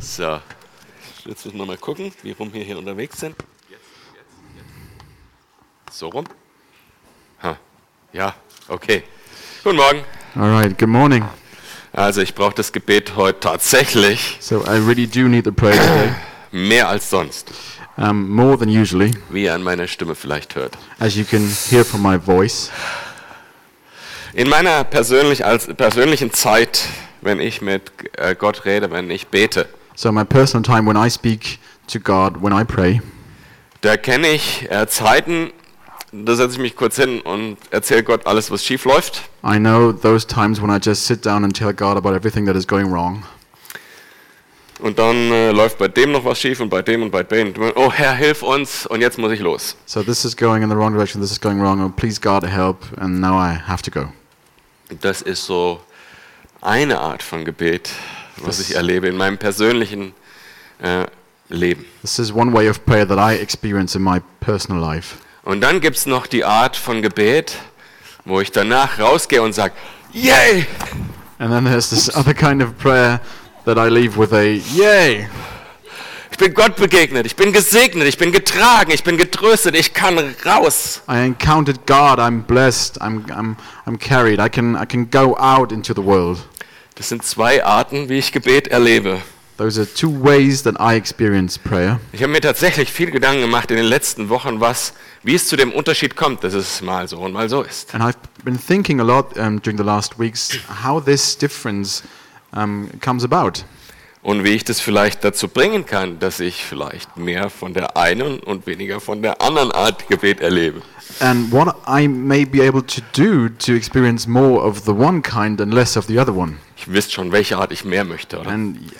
So. Jetzt müssen wir mal gucken, wie rum wir hier unterwegs sind. So rum? Ha. Ja, okay. Guten Morgen. All right, good morning. Also ich brauche das Gebet heute tatsächlich So I really do need the prayer today, mehr als sonst, um, more than usually, wie ihr an meiner Stimme vielleicht hört. as you can hear from my voice. In meiner persönlich, als, persönlichen Zeit, wenn ich mit äh, Gott rede, wenn ich bete, So my personal time when I speak to God, when I pray, da kenne ich äh, Zeiten, da setze ich mich kurz hin und erzähle Gott alles, was schief läuft. I know those times when I just sit down and tell God about everything that is going wrong, Und dann äh, läuft bei dem noch was schief und bei dem und bei dem. Oh Herr, hilf uns und jetzt muss ich los. So this is going in the wrong direction. This is going wrong. Oh, please, God, help! And now I have to go. Das ist so eine Art von Gebet, was Das- ich erlebe in meinem persönlichen äh, Leben. This is one way of prayer that I experience in my personal life. Und dann gibt es noch die Art von Gebet, wo ich danach rausgehe und sage, yay! And then there's this other kind of prayer that I leave with a yay. Ich bin Gott begegnet, ich bin gesegnet, ich bin getragen, ich bin getröstet, ich kann raus. I encountered God. I'm blessed. I'm I'm I'm carried. I can I can go out into the world. Das sind zwei Arten, wie ich Gebet erlebe. Those are two ways that I experience prayer. Ich habe mir tatsächlich viel Gedanken gemacht in den letzten Wochen, was, wie es zu dem Unterschied kommt, dass es mal so und mal so ist. And I've been thinking a lot um, during the last weeks how this difference um, comes about. Und wie ich das vielleicht dazu bringen kann, dass ich vielleicht mehr von der einen und weniger von der anderen Art Gebet erlebe. and what I may be able to do to experience more of the one kind and less of the other one. Ich wisst schon, welche Art ich mehr möchte, oder? And y-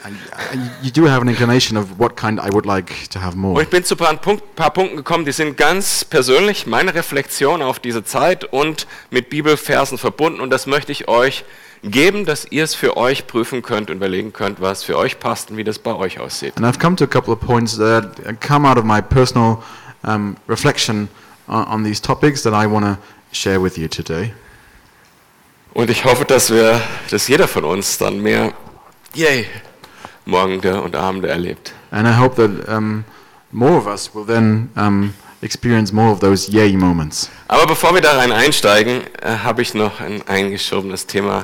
I- you do have an inclination of what kind I would like to have Und more. ich bin zu ein paar, Punkt, paar Punkten gekommen, die sind ganz persönlich meine Reflexion auf diese Zeit und mit Bibelversen verbunden. Und das möchte ich euch geben, dass ihr es für euch prüfen könnt und überlegen könnt, was für euch passt und wie das bei euch aussieht. And I've come to a couple of points that come out of my personal um, reflection on, on these topics that I want to share with you today. Und ich hoffe, dass wir, dass jeder von uns dann mehr Yay Morgende und Abende erlebt. And I hope that um, more of us will then um, experience more of those yay moments. Aber bevor wir da rein einsteigen, äh, habe ich noch ein eingeschobenes Thema.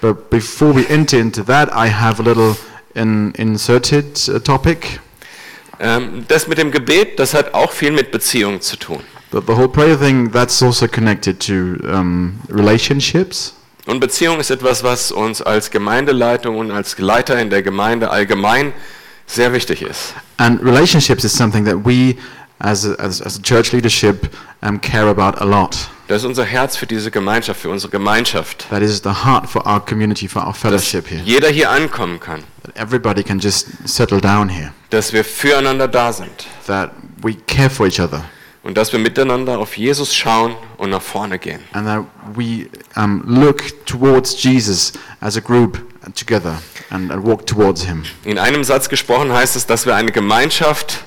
But before we enter into that, I have a little in, inserted uh, topic. Ähm, das mit dem Gebet, das hat auch viel mit Beziehung zu tun. The, the whole prayer thing, that's also connected to um, relationships. Und Beziehung ist etwas, was uns als Gemeindeleitung und als Leiter in der Gemeinde allgemein sehr wichtig ist. And relationships is something that we, as a, as, as a church leadership, um, care about a lot. Das ist unser Herz für diese Gemeinschaft, für unsere Gemeinschaft. That is the heart for our community, for our Dass fellowship here. jeder hier ankommen kann, That everybody can just settle down here. dass wir füreinander da sind That we care for each other. und dass wir miteinander auf Jesus schauen und nach vorne gehen. And that we um, look towards Jesus as a group together and, and walk towards him. In einem Satz gesprochen heißt es, dass wir eine Gemeinschaft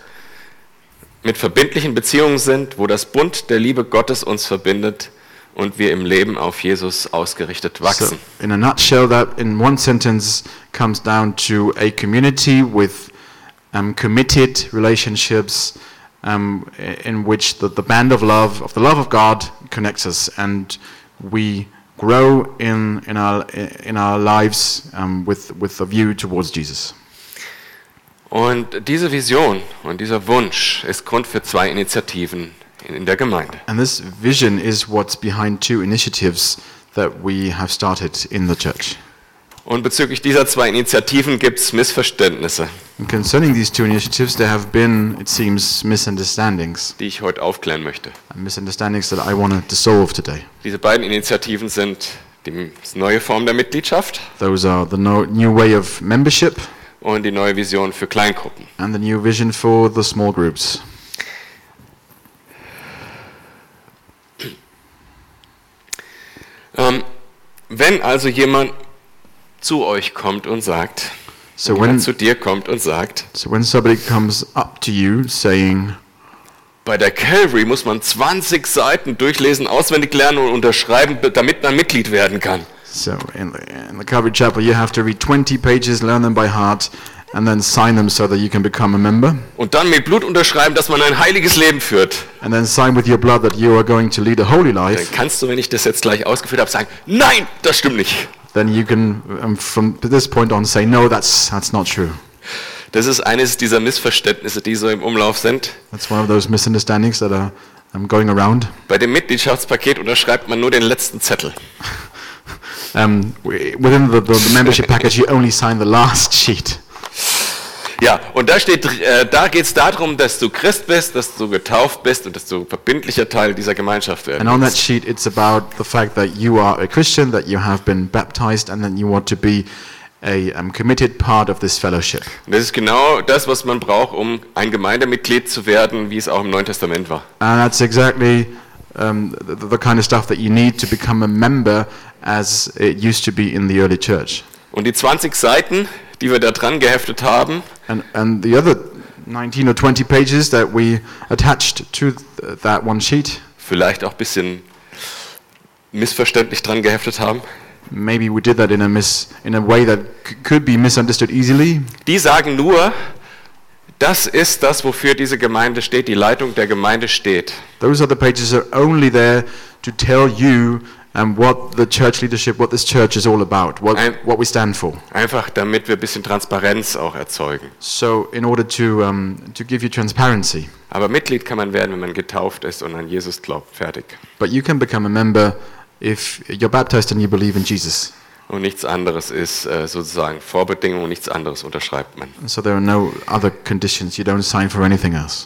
mit verbindlichen Beziehungen sind, wo das Bund der Liebe Gottes uns verbindet und wir im Leben auf Jesus ausgerichtet So, wachsen. in a nutshell, that in one sentence comes down to a community with um, committed relationships um, i- in which the, the band of love, of the love of God, connects us, and we grow in, in, our, in our lives um, with, with a view towards Jesus. Und diese Vision und dieser Wunsch ist Grund für zwei Initiativen in in der Gemeinde. And this vision is what's behind two initiatives that we have started in the church. Und bezüglich dieser zwei Initiativen gibt es Missverständnisse, And concerning these two initiatives, there have been, it seems, misunderstandings. die ich heute aufklären möchte. misunderstandings that I want to dissolve today. Diese beiden Initiativen sind die neue Form der Mitgliedschaft Those are the no, new way of membership und die neue Vision für Kleingruppen. and the new vision for the small groups. Ähm, wenn also jemand zu euch kommt und sagt, So when jemand zu dir kommt und sagt, so when somebody comes up to you saying, bei der Calvary muss man 20 Seiten durchlesen, auswendig lernen und unterschreiben, be- damit man Mitglied werden kann. so in the, in the Calvary Chapel you have to read 20 pages, learn them by heart, and then sign them so that you can become a member, und dann mit Blut unterschreiben, dass man ein heiliges Leben führt, and then sign with your blood that you are going to lead a holy dann life, kannst du, wenn ich das jetzt gleich ausgeführt habe, sagen, nein, das stimmt nicht. then you can, um, from this point on, say, no, that's, that's not true. Das ist eines dieser Missverständnisse, die so im Umlauf sind. That's one of those misunderstandings that are um, going around. Bei dem Mitgliedschaftspaket unterschreibt man nur den letzten Zettel. Um, wi- within the, the, the membership package, you only sign the last sheet. Ja, und da steht, äh, da geht es darum, dass du Christ bist, dass du getauft bist und dass du verbindlicher Teil dieser Gemeinschaft wirst. And on that sheet, it's about the fact that you are a Christian, that you have been baptized, and that you want to be a um, committed part of this fellowship. Und das ist genau das, was man braucht, um ein Gemeindemitglied zu werden, wie es auch im Neuen Testament war. And that's exactly um, the, the kind of stuff that you need to become a member as it used to be in the early church. Und die 20 Seiten, die wir da dran geheftet haben, And, and the other 19 or 20 pages that we attached to th- that one sheet, vielleicht auch ein bisschen missverständlich dran geheftet haben, maybe we did that in a, mis- in a way that c- could be misunderstood easily. die sagen nur, das ist das, wofür diese Gemeinde steht, die Leitung der Gemeinde steht. Those other pages are only there to tell you um, what the church leadership, what this church is all about, what, I'm- what we stand for. Einfach damit wir ein bisschen Transparenz auch erzeugen. So, in order to, um, to give you transparency, Aber Mitglied kann man werden, wenn man getauft ist und an Jesus glaubt. Fertig. but you can become a member if you're baptized and you believe in Jesus. Und nichts anderes ist äh, sozusagen Vorbedingung, nichts anderes unterschreibt man. And so, there are no other conditions. You don't sign for anything else.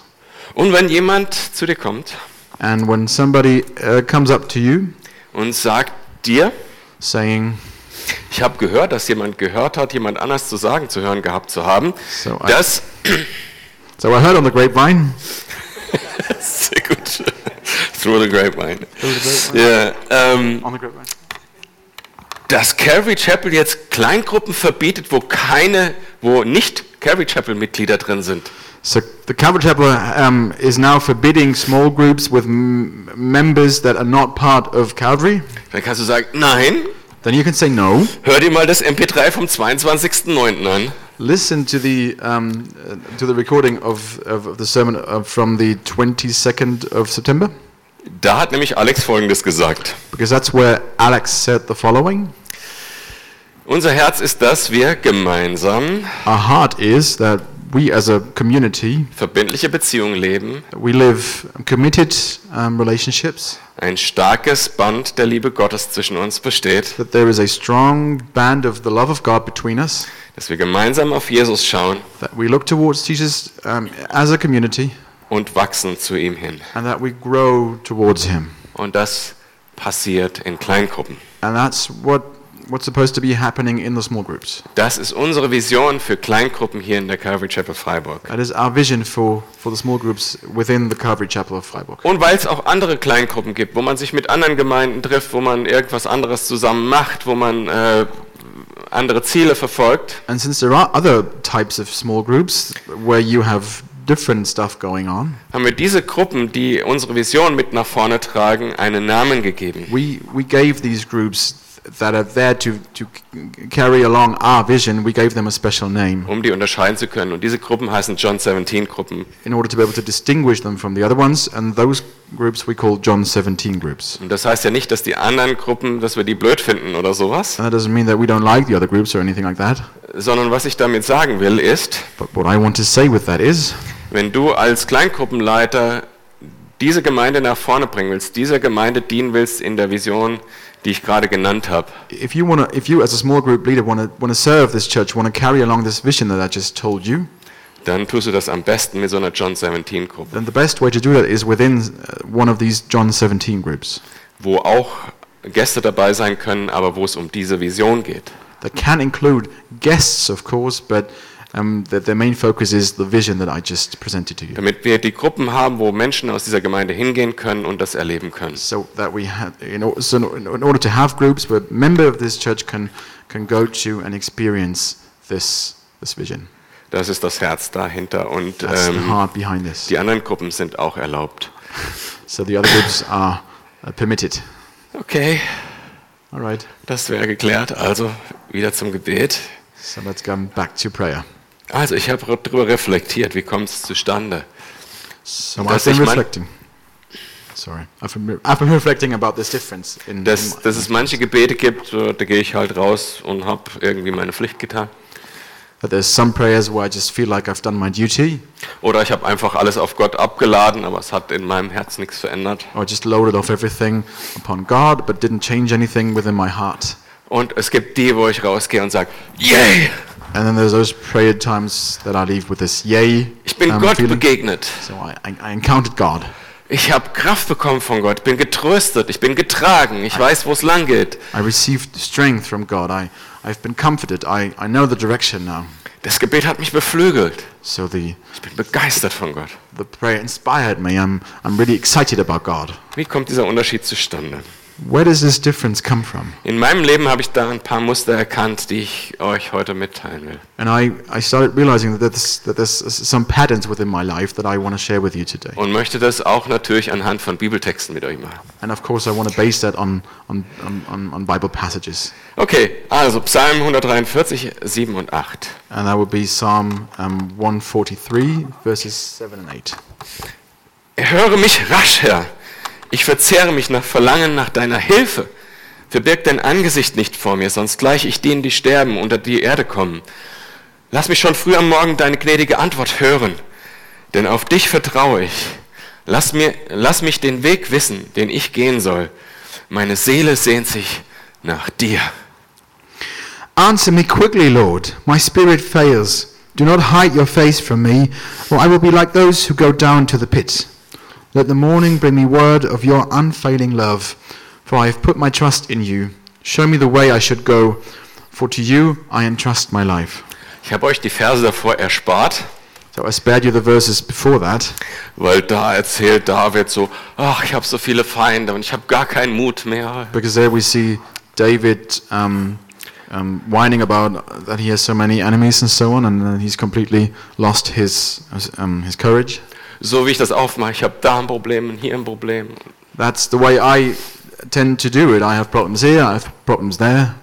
Und wenn jemand zu dir kommt And when somebody uh, comes up to you und sagt dir, saying, ich habe gehört, dass jemand gehört hat, jemand anders zu sagen, zu hören gehabt zu haben, So, I- dass, So, I heard on the grapevine, sehr gut, through the grapevine, ja, ähm, on the grapevine. dass Calvary Chapel jetzt Kleingruppen verbietet, wo keine, wo nicht Calvary Chapel Mitglieder drin sind. So the Calvary Chapel um, is now forbidding small groups with m- members that are not part of Calvary. Dann kannst du sagen, nein, Then you can say no. Hör dir mal das MP3 vom 22.09. an. Listen to the um, uh, to the recording of, of of the sermon uh, from the 22nd of September, Da hat nämlich Alex Folgendes gesagt. because that's where Alex said the following: Unser Herz ist, dass wir gemeinsam Our heart is that we, as a community, verbindliche Beziehungen leben, we live committed um, relationships. ein starkes Band der Liebe Gottes zwischen uns besteht, That there is a strong band of the love of God between us. dass wir gemeinsam auf Jesus schauen That we look towards Jesus um, as a community. und wachsen zu ihm hin. and that we grow towards him. Und das passiert in Kleingruppen. And that's what what's supposed to be happening in the small groups. Das ist unsere Vision für Kleingruppen hier in der Calvary Chapel Freiburg. That is our vision for, for the small groups within the Calvary Chapel of Freiburg. Und weil es auch andere Kleingruppen gibt, wo man sich mit anderen Gemeinden trifft, wo man irgendwas anderes zusammen macht, wo man äh, andere Ziele verfolgt, And since there are other types of small groups where you have different stuff going on, haben wir diese Gruppen, die unsere Vision mit nach vorne tragen, einen Namen gegeben. we, we gave these groups that are there to, to c- carry along our vision, we gave them a special name um die unterscheiden zu können. Und diese Gruppen heißen John 17 Gruppen. in order to be able to distinguish them from the other ones. And those groups we call John 17 groups. Und das heißt ja nicht, dass die anderen Gruppen, dass wir die blöd finden oder sowas, And that doesn't mean that we don't like the other groups or anything like that. sondern was ich damit sagen will ist, But what I want to say with that is wenn du als Kleingruppenleiter diese Gemeinde nach vorne bringen willst, dieser Gemeinde dienen willst in der Vision, die ich gerade genannt habe, if you want to if you as a small group leader want to want to serve this church, want to carry along this vision that I just told you, dann tust du das am besten mit so einer John 17 Gruppe, then the best way to do that is within uh, one of these John 17 groups wo auch Gäste dabei sein können, aber wo es um diese Vision geht. that can include guests, of course, but um, that their main focus is the vision that I just presented to you. Damit wir die Gruppen haben, wo Menschen aus dieser Gemeinde hingehen können und das erleben können. So that we have, in, or, so in in order to have groups where a member of this church can can go to and experience this this vision. Das ist das Herz dahinter und That's the ähm, heart behind this. die anderen Gruppen sind auch erlaubt. So the other groups are uh, permitted. Okay, All right. das wäre geklärt. Also wieder zum Gebet. So let's come back to prayer. Also ich habe darüber reflektiert, wie kommt es zustande? So Und I've dass been ich mein- reflecting. Sorry, I've been, re- I've been reflecting about this difference. In, in Dass, my- dass es manche Gebete gibt, äh, da gehe ich halt raus und habe irgendwie meine Pflicht getan. that there's some prayers where I just feel like I've done my duty, Oder ich habe einfach alles auf Gott abgeladen, aber es hat in meinem Herz nichts verändert. or just loaded off everything upon God, but didn't change anything within my heart. Und es gibt die, wo ich rausgehe und sage, yay, And then there's those prayer times that I leave with this yay. ich bin um, Gott feeling. begegnet. So I, I, I encountered God. Ich habe Kraft bekommen von Gott, bin getröstet, ich bin getragen, ich weiß, wo es lang geht. I received strength from God. I, I've been comforted. I, I know the direction now. Das Gebet hat mich beflügelt. So the, Ich bin begeistert von Gott. the prayer inspired me. I'm, I'm really excited about God. Wie kommt dieser Unterschied zustande? Where does this difference come from? In meinem Leben habe ich da ein paar Muster erkannt, die ich euch heute mitteilen will. And I, I started realizing that there's, that there's some patterns within my life that I want to share with you today. Und möchte das auch natürlich anhand von Bibeltexten mit euch machen. And of course, I want to base that on, on, on, on, on Bible passages. Okay, also Psalm 143, 7 und 8. And that would be Psalm um, 143, verses 7 and 8. Erhöre mich rasch, Herr. Ich verzehre mich nach Verlangen nach deiner Hilfe. Verbirg dein Angesicht nicht vor mir, sonst gleich ich denen, die sterben, unter die Erde kommen. Lass mich schon früh am Morgen deine gnädige Antwort hören, denn auf dich vertraue ich. Lass, mir, lass mich den Weg wissen, den ich gehen soll. Meine Seele sehnt sich nach dir. Answer me quickly, Lord. My spirit fails. Do not hide your face from me, or I will be like those who go down to the pit. Let the morning bring me word of your unfailing love, for I have put my trust in you. Show me the way I should go, for to you I entrust my life. Ich habe euch die Verse davor erspart, So I spared you the verses before that, weil da erzählt David so, ach, ich habe so viele Feinde und ich habe gar keinen Mut mehr. because there we see David um, um, whining about that he has so many enemies and so on, and then he's completely lost his, um, his courage. so wie ich das aufmache. Ich habe da ein Problem, und hier ein Problem. That's the way I tend to do it. I have problems here, I have problems there.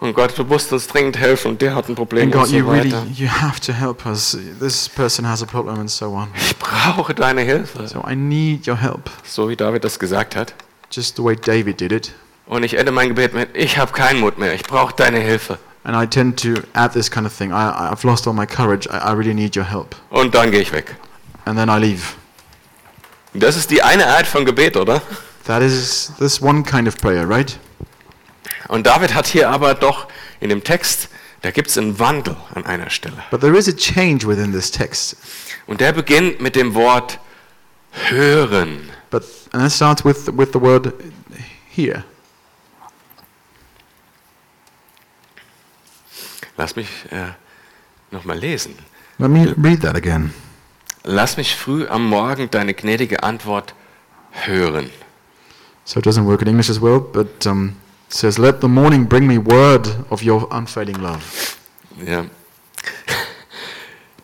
Und Gott, du musst uns dringend helfen und der hat ein Problem And und God, so you really, weiter. you have to help us. This person has a problem and so on. Ich brauche deine Hilfe, So I need your help, so wie David das gesagt hat. just the way David did it. Und ich ende mein Gebet mit, ich habe keinen Mut mehr, ich brauche deine Hilfe. And I tend to add this kind of thing. I, I've lost all my courage. I, I really need your help. Und dann gehe ich weg. And then I leave. Das ist die eine Art von Gebet, oder? That is this one kind of prayer, right? Und David hat hier aber doch in dem Text, da gibt es einen Wandel an einer Stelle. But there is a change within this text. Und der beginnt mit dem Wort hören. But and it starts with with the word here. Lass mich äh, nochmal lesen. Let me read that again. Lass mich früh am Morgen deine gnädige Antwort hören. So it doesn't work in English as well, but um, it says, Let the morning bring me word of your unfailing love. Ja.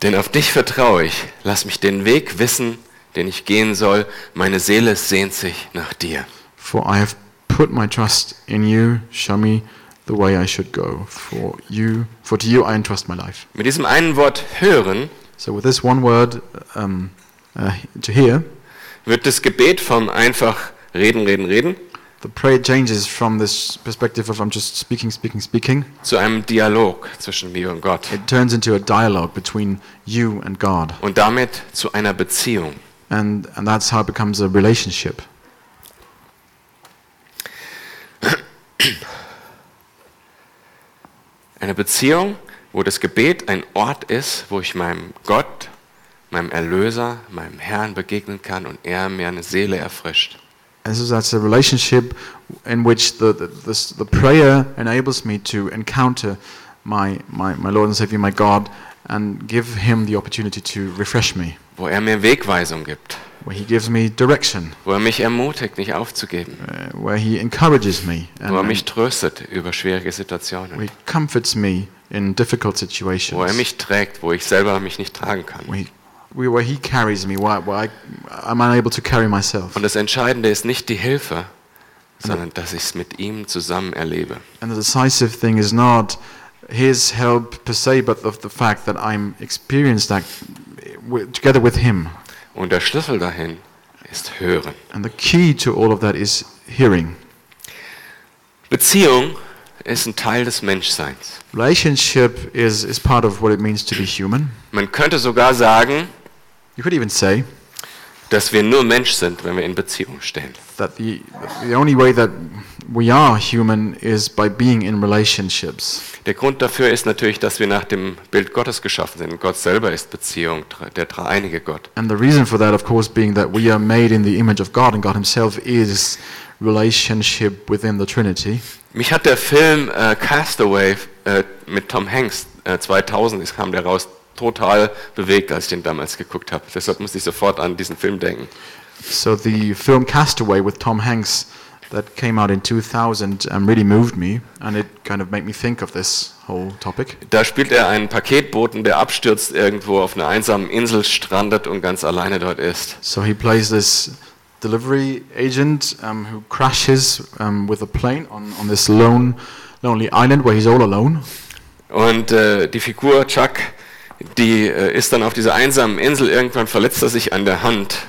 Denn auf dich vertraue ich. Lass mich den Weg wissen, den ich gehen soll. Meine Seele sehnt sich nach dir. For I have put my trust in you. Show me the way I should go. For you, for to you I entrust my life. Mit diesem einen Wort hören So with this one word um, uh, to hear, wird das Gebet vom einfach reden, reden, reden the prayer changes from this perspective of I'm just speaking, speaking, speaking. zu einem Dialog zwischen mir und Gott It turns into a dialogue between you and God, und damit zu einer Beziehung. and and that's how it becomes a relationship. Eine Beziehung, wo das Gebet ein Ort ist, wo ich meinem Gott, meinem Erlöser, meinem Herrn begegnen kann und er mir eine Seele erfrischt. And so that's a relationship in which the, the, this, the prayer enables me to encounter my, my, my Lord and Savior, my God, and give Him the opportunity to refresh me, wo er mir Wegweisung gibt, where He gives me direction, wo er mich ermutigt, nicht aufzugeben, uh, where He encourages me, and, wo er mich and tröstet über schwierige where Situationen, He comforts me in difficult wo er situations, mich trägt, wo ich selber mich nicht tragen kann. where He, where where he carries me, where, where I, I'm unable to carry myself. Und das Entscheidende ist nicht die Hilfe, sondern dass ich es mit ihm zusammen erlebe. And the decisive thing is not his help per se, but of the fact that I'm experienced that wi- together with him. Und der Schlüssel dahin ist Hören. And the key to all of that is hearing. Beziehung ist ein Teil des Menschseins. Relationship is, is part of what it means to be human. Man könnte sogar sagen, You could even say dass wir nur Mensch sind, wenn wir in Beziehung stehen. that the, the only way that we are human is by being in relationships. Der Grund dafür ist natürlich, dass wir nach dem Bild Gottes geschaffen sind. Gott selber ist Beziehung, der dreieinige Gott. And the reason for that, of course, being that we are made in the image of God, and God Himself is relationship within the Trinity. Mich hat der Film äh, Castaway äh, mit Tom Hanks äh, 2000, es kam der raus, total bewegt, als ich den damals geguckt habe. Deshalb musste ich sofort an diesen Film denken. So the film Castaway with Tom Hanks that came out in 2000 um, really moved me, and it kind of made me think of this whole topic. Da spielt er einen Paketboten, der abstürzt irgendwo auf einer einsamen Insel, strandet und ganz alleine dort ist. So he plays this delivery agent um, who crashes um, with a plane on, on this lone, lonely island where he's all alone. Und äh, die Figur Chuck, die äh, ist dann auf dieser einsamen Insel, irgendwann verletzt er sich an der Hand.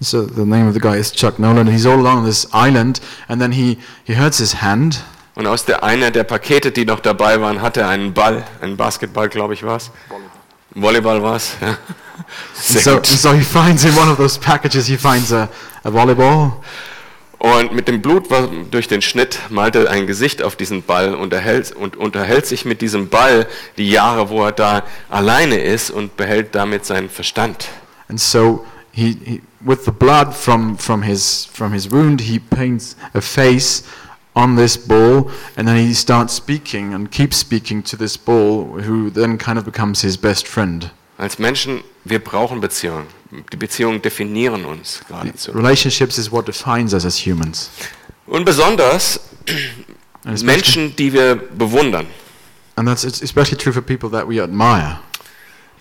So the name of the guy is Chuck Nolan. He's all alone on this island, and then he, he hurts his hand, Und aus der einer der Pakete, die noch dabei waren, hat er einen Ball, einen Basketball, glaube ich, war es. Volleyball war es. Ja. and Sehr so, gut. and so he finds in one of those packages he finds a, a volleyball, Und mit dem Blut war- durch den Schnitt malt er ein Gesicht auf diesen Ball unterhält, und unterhält sich mit diesem Ball die Jahre, wo er da alleine ist und behält damit seinen Verstand. and so he, he with the blood from, from his from his wound he paints a face on this ball, and then he starts speaking and keeps speaking to this ball, who then kind of becomes his best friend. Als Menschen, wir brauchen Beziehungen. Die Beziehungen definieren uns geradezu. Relationships is what defines us as humans. Und besonders And, especially- Menschen, die wir bewundern. and that's it's especially true for people that we admire.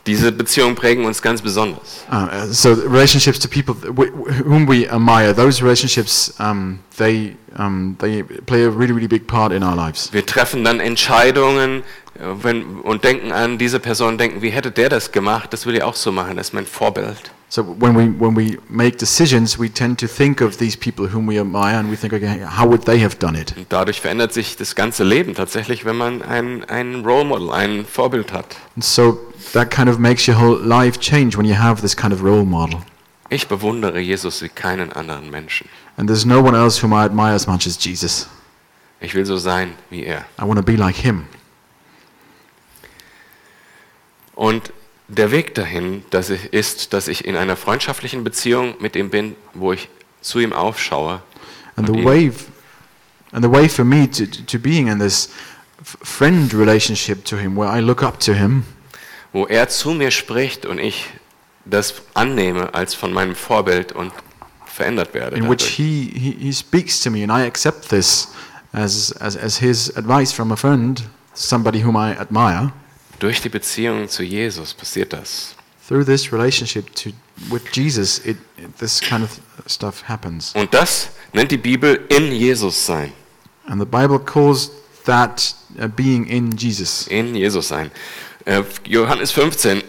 Diese Beziehungen prägen uns ganz besonders. Uh, so the relationships to people th- wh- wh- whom we admire, those relationships, um, they um, they play a really really big part in our lives. Wir treffen dann Entscheidungen äh, wenn, und denken an diese Person, denken, wie hätte der das gemacht? Das will ich auch so machen, das ist mein Vorbild. So when we when we make decisions, we tend to think of these people whom we admire, and we think, okay, how would they have done it? Und dadurch verändert sich das ganze Leben tatsächlich, wenn man ein, ein Role Model, ein Vorbild hat. And so that kind of makes your whole life change when you have this kind of role model. Ich bewundere Jesus wie keinen anderen Menschen. And there's no one else whom I admire as much as Jesus. Ich will so sein wie er. I want to be like him. Und der Weg dahin dass ich, ist, dass ich in einer freundschaftlichen Beziehung mit ihm bin, wo ich zu ihm aufschaue. And the Okay. way, f- and the way for me to, to being in this f- friend relationship to him, where I look up to him, wo er zu mir spricht und ich das annehme als von meinem Vorbild und verändert werde. in Dadurch. which he, he, he speaks to me, and I accept this as, as, as his advice from a friend, somebody whom I admire. Durch die Beziehung zu Jesus passiert das. Through this relationship to, with Jesus, it, it, this kind of stuff happens. Und das nennt die Bibel in Jesus sein. And the Bible calls that uh, being in Jesus. In Jesus sein. Äh, Johannes 15,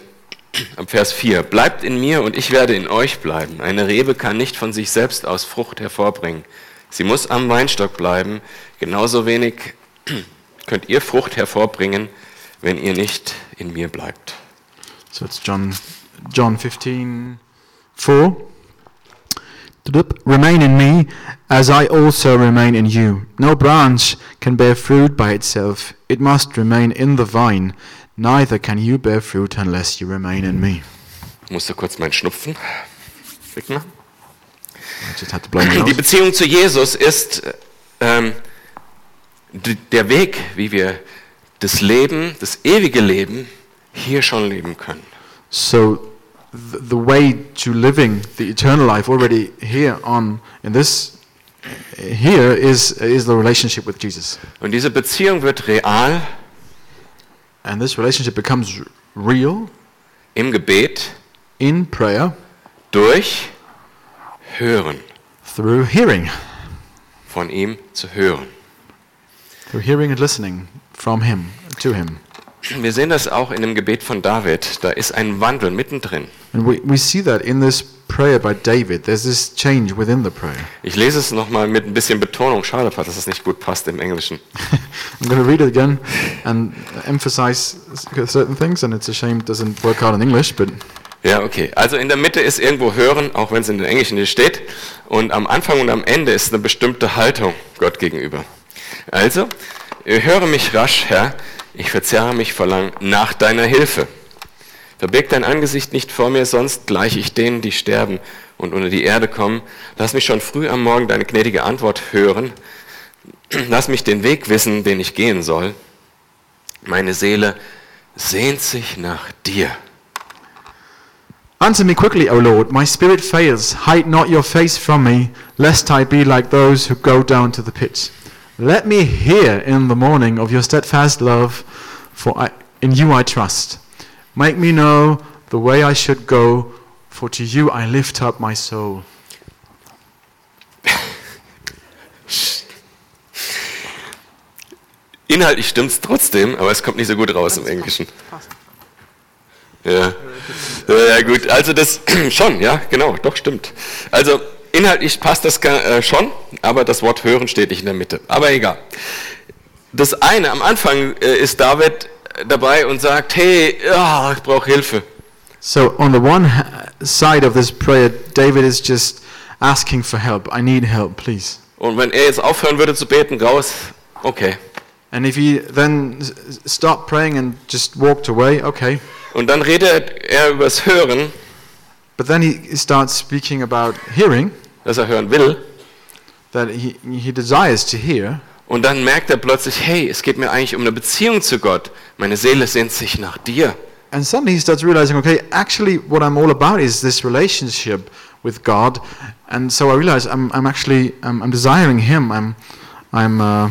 am Vers 4. Bleibt in mir und ich werde in euch bleiben. Eine Rebe kann nicht von sich selbst aus Frucht hervorbringen. Sie muss am Weinstock bleiben. Genauso wenig könnt ihr Frucht hervorbringen, wenn ihr nicht in mir bleibt. So it's John, John 15, 4. Dudup. Remain in me, as I also remain in you. No branch can bear fruit by itself, it must remain in the vine. Neither can you bear fruit unless you remain in me. musste kurz meinen Schnupfen wegmachen. I just had to blow my Die nose. Beziehung zu Jesus ist ähm, d- der Weg, wie wir das Leben, das ewige Leben hier schon leben können. So, the, the way to living the eternal life already here on in this here is is the relationship with Jesus, Und diese Beziehung wird real and this relationship becomes r- real im Gebet in prayer durch Hören, through hearing, von ihm zu hören. through hearing and listening from Him to Him. Wir sehen das auch in dem Gebet von David. Da ist ein Wandel mittendrin. And we, we see that in this prayer by David. There's this change within the prayer. Ich lese es nochmal mit ein bisschen Betonung. Schade, dass es nicht gut passt im Englischen. I'm going to read it again and emphasize certain things, and it's a shame it doesn't work out in English, but Ja, okay. Also in der Mitte ist irgendwo Hören, auch wenn es in den Englischen nicht steht. Und am Anfang und am Ende ist eine bestimmte Haltung Gott gegenüber. Also, höre mich rasch, Herr. Ich verzerre mich verlang nach deiner Hilfe. Verbirg dein Angesicht nicht vor mir, sonst gleich ich denen, die sterben und unter die Erde kommen. Lass mich schon früh am Morgen deine gnädige Antwort hören. Lass mich den Weg wissen, den ich gehen soll. Meine Seele sehnt sich nach dir. Answer me quickly, O Lord. My spirit fails. Hide not your face from me, lest I be like those who go down to the pit. Let me hear in the morning of your steadfast love, for I, in you I trust. Make me know the way I should go, for to you I lift up my soul. Inhaltlich stimmt's trotzdem, aber es kommt nicht so gut raus im Englischen. Ja. ja, ja, gut. Also das schon, ja, genau, doch stimmt. Also inhaltlich passt das ga- äh, schon, aber das Wort hören steht nicht in der Mitte. Aber egal. Das eine, am Anfang äh, ist David äh, dabei und sagt, hey, ja, ich brauche Hilfe. So, on the one ha- side of this prayer, David is just asking for help. I need help, please. Und wenn er jetzt aufhören würde zu beten, raus, okay. And if he then s- s- stopped praying and just walked away, okay. Und dann redet er über das Hören, But then he starts speaking about hearing, dass er hören will. that he, he desires to hear. Und dann merkt er plötzlich, hey, es geht mir eigentlich um eine Beziehung zu Gott. Meine Seele sehnt sich nach dir. And suddenly he starts realizing, okay, actually, what I'm all about is this relationship with God. And so I realize I'm, I'm actually I'm, I'm desiring Him. I'm, I'm uh,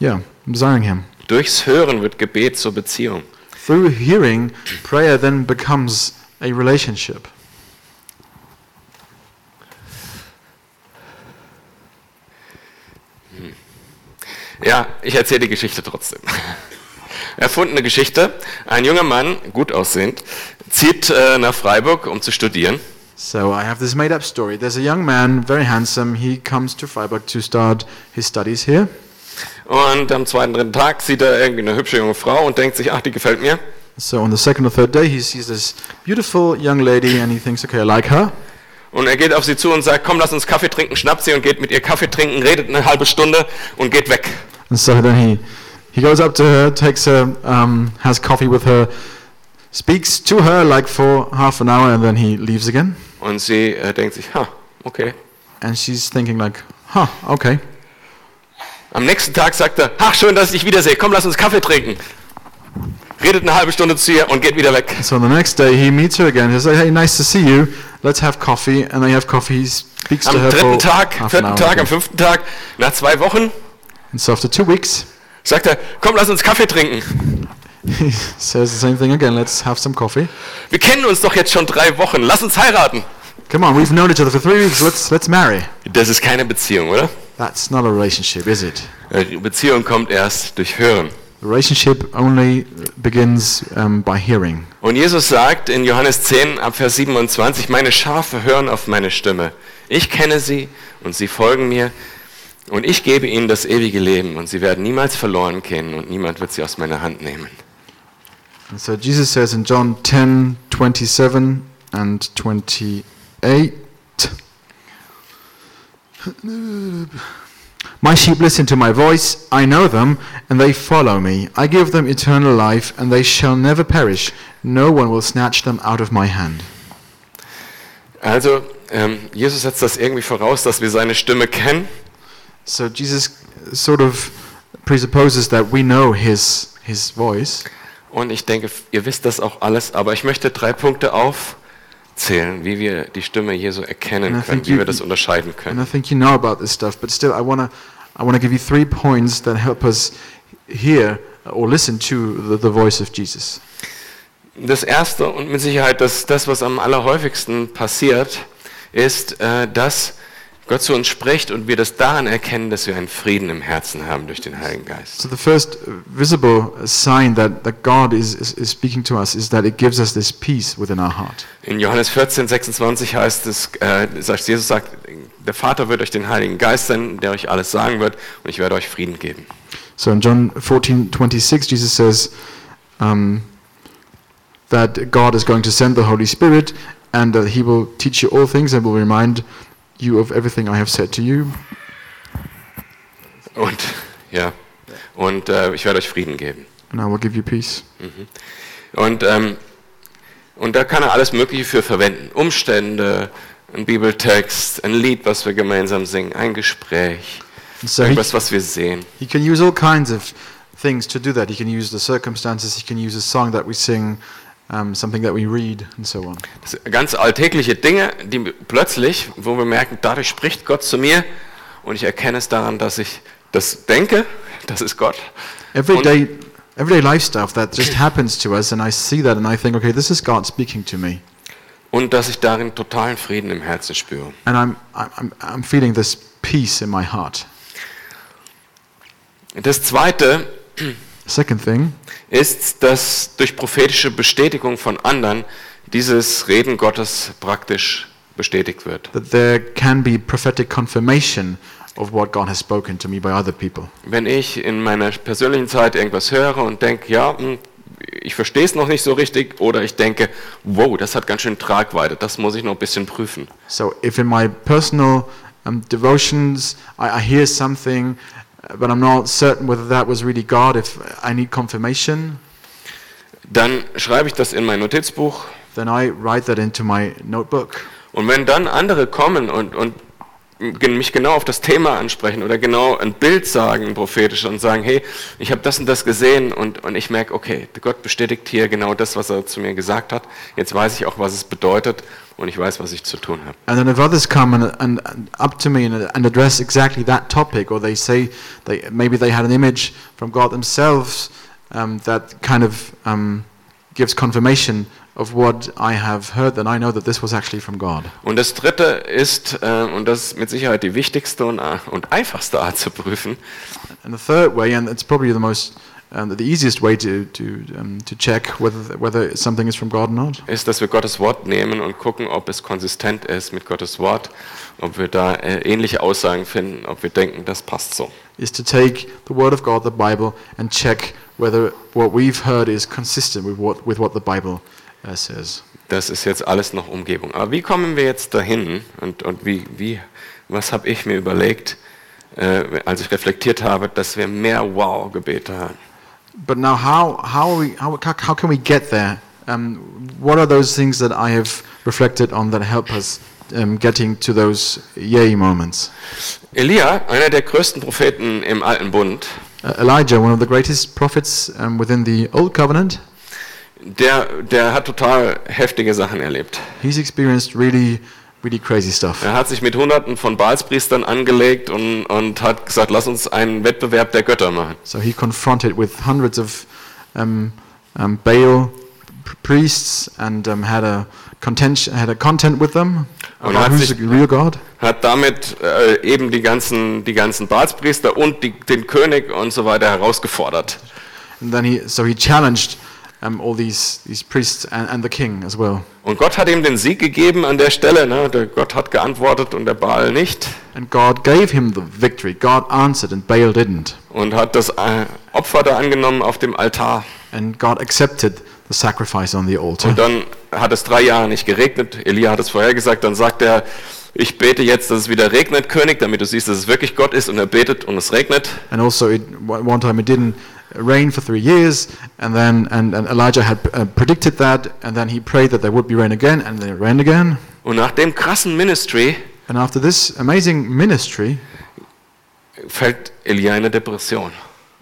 yeah, I'm desiring Him. Durchs Hören wird Gebet zur Beziehung. Through hearing, prayer then becomes a relationship. Ja, ich erzähle die Geschichte trotzdem. Erfundene Geschichte. Ein junger Mann, gut aussehend, zieht äh, nach Freiburg, um zu studieren. So I have this made-up story. There's a young man, very handsome. He comes to Freiburg to start his studies here. Und am zweiten, dritten Tag sieht er irgendwie eine hübsche junge Frau und denkt sich, ach, die gefällt mir. So on the second or third day, he sees this beautiful young lady, and he thinks, okay, I like her. Und er geht auf sie zu und sagt, komm, lass uns Kaffee trinken, schnappt sie und geht mit ihr Kaffee trinken, redet eine halbe Stunde und geht weg. And so then he, he goes up to her, takes her, um, has coffee with her, speaks to her like for half an hour, and then he leaves again. Und sie äh, denkt sich, ha, okay. And she's thinking like, huh, okay. Am nächsten Tag sagt er, ach, schön, dass ich dich wiedersehe, komm, lass uns Kaffee trinken. Redet eine halbe Stunde zu ihr und geht wieder weg. So the next day he meets her again. He says, hey, nice to see you. Let's have coffee. And they have coffee. He speaks to Am her dritten for Tag, half an vierten hour. Tag, am again. fünften Tag, nach zwei Wochen, And so after two weeks, sagt er, komm, lass uns Kaffee trinken. he says the same thing again. Let's have some coffee. Wir kennen uns doch jetzt schon drei Wochen, lass uns heiraten. Come on, we've known each other for three weeks. Let's let's marry. Das ist keine Beziehung, oder? That's not a relationship, is it? Äh, Beziehung kommt erst durch Hören. The relationship only begins um, by hearing. Und Jesus sagt in Johannes 10 ab Vers 27, meine Schafe hören auf meine Stimme. Ich kenne sie und sie folgen mir und ich gebe ihnen das ewige Leben und sie werden niemals verloren gehen und niemand wird sie aus meiner Hand nehmen. And so Jesus says in John 10 27 and 28 My sheep listen to my voice, I know them, and they follow me. I give them eternal life, and they shall never perish. No one will snatch them out of my hand. Also ähm, Jesus setzt das irgendwie voraus, dass wir seine Stimme kennen So Jesus sort of presupposes that we know his, his voice. und ich denke, ihr wisst das auch alles, aber ich möchte drei Punkte aufzählen, wie wir die Stimme Jesu And erkennen I können, think wie you- wir das unterscheiden And können. I think you know about this stuff, but still, I want to I wanna give you three points that help us hear or listen to the, the voice of Jesus. Das erste und mit Sicherheit das, das was am allerhäufigsten passiert, ist, äh, dass Gott zu uns spricht und wir das daran erkennen, dass wir einen Frieden im Herzen haben durch den Heiligen Geist. So the first visible sign that, that God is, is, is speaking to us is that it gives us this peace within our heart. In Johannes 14, 26 heißt es, äh, sagt Jesus sagt, der Vater wird euch den Heiligen Geist senden, der euch alles sagen wird und ich werde euch Frieden geben. So in John 14, 26, Jesus says um, that God is going to send the Holy Spirit and that he will teach you all things and will remind you of everything I have said to you. Und ja, und äh, ich werde euch Frieden geben. and I will give you peace. Und, ähm, und da kann er alles Mögliche für verwenden. Umstände, ein Bibeltext, ein Lied, was wir gemeinsam singen, ein Gespräch, So he, irgendwas, was wir sehen. he can use all kinds of things to do that. He can use the circumstances, he can use a song that we sing, um, something that we read, and so on. Das sind ganz alltägliche Dinge, die plötzlich, wo wir merken, dadurch spricht Gott zu mir und ich erkenne es daran, dass ich das denke, das ist Gott. Everyday, everyday life stuff that just happens to us, and I see that and I think, okay, this is God speaking to me. Und dass ich darin totalen Frieden im Herzen spüre. And I'm, I'm, I'm feeling this peace in my heart. Das Zweite Second thing ist, dass durch prophetische Bestätigung von anderen dieses Reden Gottes praktisch bestätigt wird. that there can be prophetic confirmation of what God has spoken to me by other people. Wenn ich in meiner persönlichen Zeit irgendwas höre und denke, ja, hm, ich verstehe es noch nicht so richtig, oder ich denke, wow, das hat ganz schön Tragweite, das muss ich noch ein bisschen prüfen. So if in my personal um, devotions I, I hear something, uh, but I'm not certain whether that was really God, if I need confirmation, Dann schreibe ich das in mein Notizbuch then I write that into my notebook. und wenn dann andere kommen und, und gen- mich genau auf das Thema ansprechen oder genau ein Bild sagen, ein prophetisches, und sagen, hey, ich habe das und das gesehen und, und ich merke, okay, Gott bestätigt hier genau das, was er zu mir gesagt hat, jetzt weiß ich auch, was es bedeutet und ich weiß, was ich zu tun habe. And then if others come and, and, and up to me and, and address exactly that topic, or they say they, maybe they had an image from God themselves um, that kind of um, gives confirmation of what I have heard, then I know that this was actually from God. Und das Dritte ist, äh, und das ist mit Sicherheit die wichtigste und, äh, und einfachste Art zu prüfen, And the third way, and it's probably the most, um, the easiest way to to um, to check whether whether something is from God or not, ist, dass wir Gottes Wort nehmen und gucken, ob es konsistent ist mit Gottes Wort, ob wir da äh, ähnliche Aussagen finden, ob wir denken, das passt so. is to take the Word of God, the Bible, and check whether what we've heard is consistent with what with what the Bible uh, says. Das ist jetzt alles noch Umgebung. Aber wie kommen wir jetzt dahin und, und wie, wie, was habe ich mir überlegt, äh, als ich reflektiert habe, dass wir mehr Wow-Gebete haben? But now, how how are we, how how how can we get there? Um, what are those things that I have reflected on that help us um, getting to those yay moments? Elia, einer der größten Propheten im Alten Bund, Uh, Elijah, one of the greatest prophets um, within the Old Covenant, der, der hat total heftige Sachen erlebt. he's experienced really really crazy stuff. Er hat sich mit Hunderten von Baalspriestern angelegt und, und hat gesagt, lass uns einen Wettbewerb der Götter machen. So he confronted with hundreds of um, um, Baal pr- priests and um, had a contention, had a content with them Und about hat who's sich- the real God. Hat damit äh, eben die ganzen, die ganzen Baalspriester und die, den König und so weiter herausgefordert. And then he, so he challenged um, all these these priests and, and the king as well. Und Gott hat ihm den Sieg gegeben an der Stelle. Ne? Der Gott hat geantwortet und der Baal nicht. And God gave him the victory. God answered, and Baal didn't. Und hat das äh, Opfer da angenommen auf dem Altar. And God accepted the sacrifice on the altar. Und dann hat es drei Jahre nicht geregnet. Elia hat es vorher gesagt. Dann sagt er, ich bete jetzt, dass es wieder regnet, König, damit du siehst, dass es wirklich Gott ist. Und er betet und es regnet. And also, it, one one time it didn't rain for three years, and then and, and Elijah had uh, predicted that, and then he prayed that there would be rain again, and then it rained again. Und nach dem krassen Ministry And after this amazing ministry, fällt Elia in eine Depression.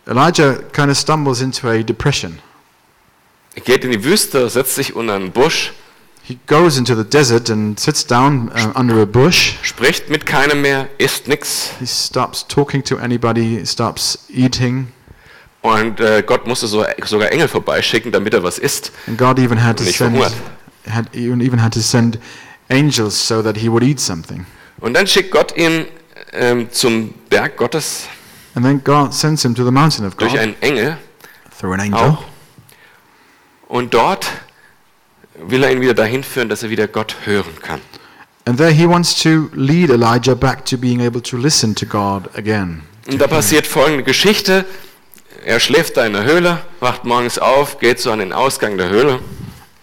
Elijah kind of stumbles into a depression. Er geht in die Wüste, setzt sich unter einen Busch, He goes into the desert and sits down uh, under a bush. spricht mit keinem mehr, isst nichts. He stops talking to anybody, stops eating, Und äh, Gott musste so, sogar Engel vorbeischicken, damit er was isst. and God even had to Nicht send verhungert. had even, even had to send angels so that he would eat something. Und dann schickt Gott ihn ähm, zum Berg Gottes And then God sends him to the mountain of durch God einen Engel through an angel. auch. Und dort will er ihn wieder dahin führen, dass er wieder Gott hören kann. And there he wants to lead Elijah back to being able to listen to God again. Und da passiert folgende Geschichte. Er schläft da in der Höhle, wacht morgens auf, geht so an den Ausgang der Höhle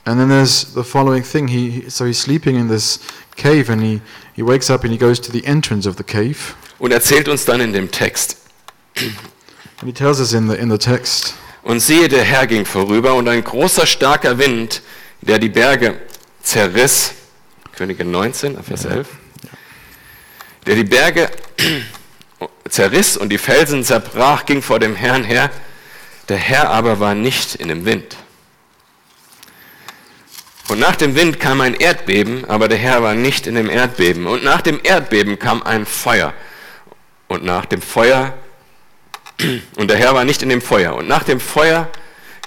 And then there's the following thing. He he- so he's sleeping in this cave, and he he wakes up and he goes to the entrance of the cave, und erzählt uns dann in dem Text. and he tells us in the in the text. Und siehe, der Herr ging vorüber und ein großer, starker Wind, der die Berge zerriss, Könige 19, Vers 11, der die Berge zerriss und die Felsen zerbrach, ging vor dem Herrn her. Der Herr aber war nicht in dem Wind. Und nach dem Wind kam ein Erdbeben, aber der Herr war nicht in dem Erdbeben. Und nach dem Erdbeben kam ein Feuer. Und nach dem Feuer und der Herr war nicht in dem Feuer. Und nach dem Feuer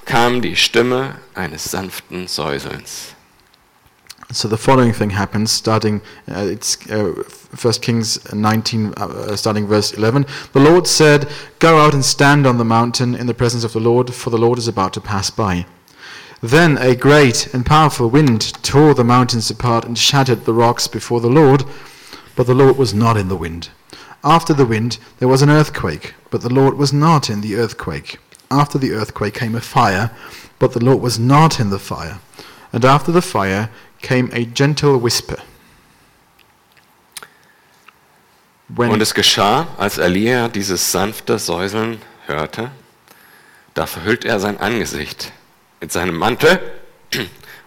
kam die Stimme eines sanften Säuselns. So the following thing happens, starting uh, it's uh, 1 Kings 19, uh, uh, starting verse 11. The Lord said, "Go out and stand on the mountain in the presence of the Lord, for the Lord is about to pass by." Then a great and powerful wind tore the mountains apart and shattered the rocks before the Lord, but the Lord was not in the wind. After the wind there was an earthquake, but the Lord was not in the earthquake. After the earthquake came a fire, but the Lord was not in the fire. And after the fire came a gentle whisper. Und When, es geschah, als Elia dieses sanfte Säuseln hörte, da verhüllte er sein Angesicht mit seinem Mantel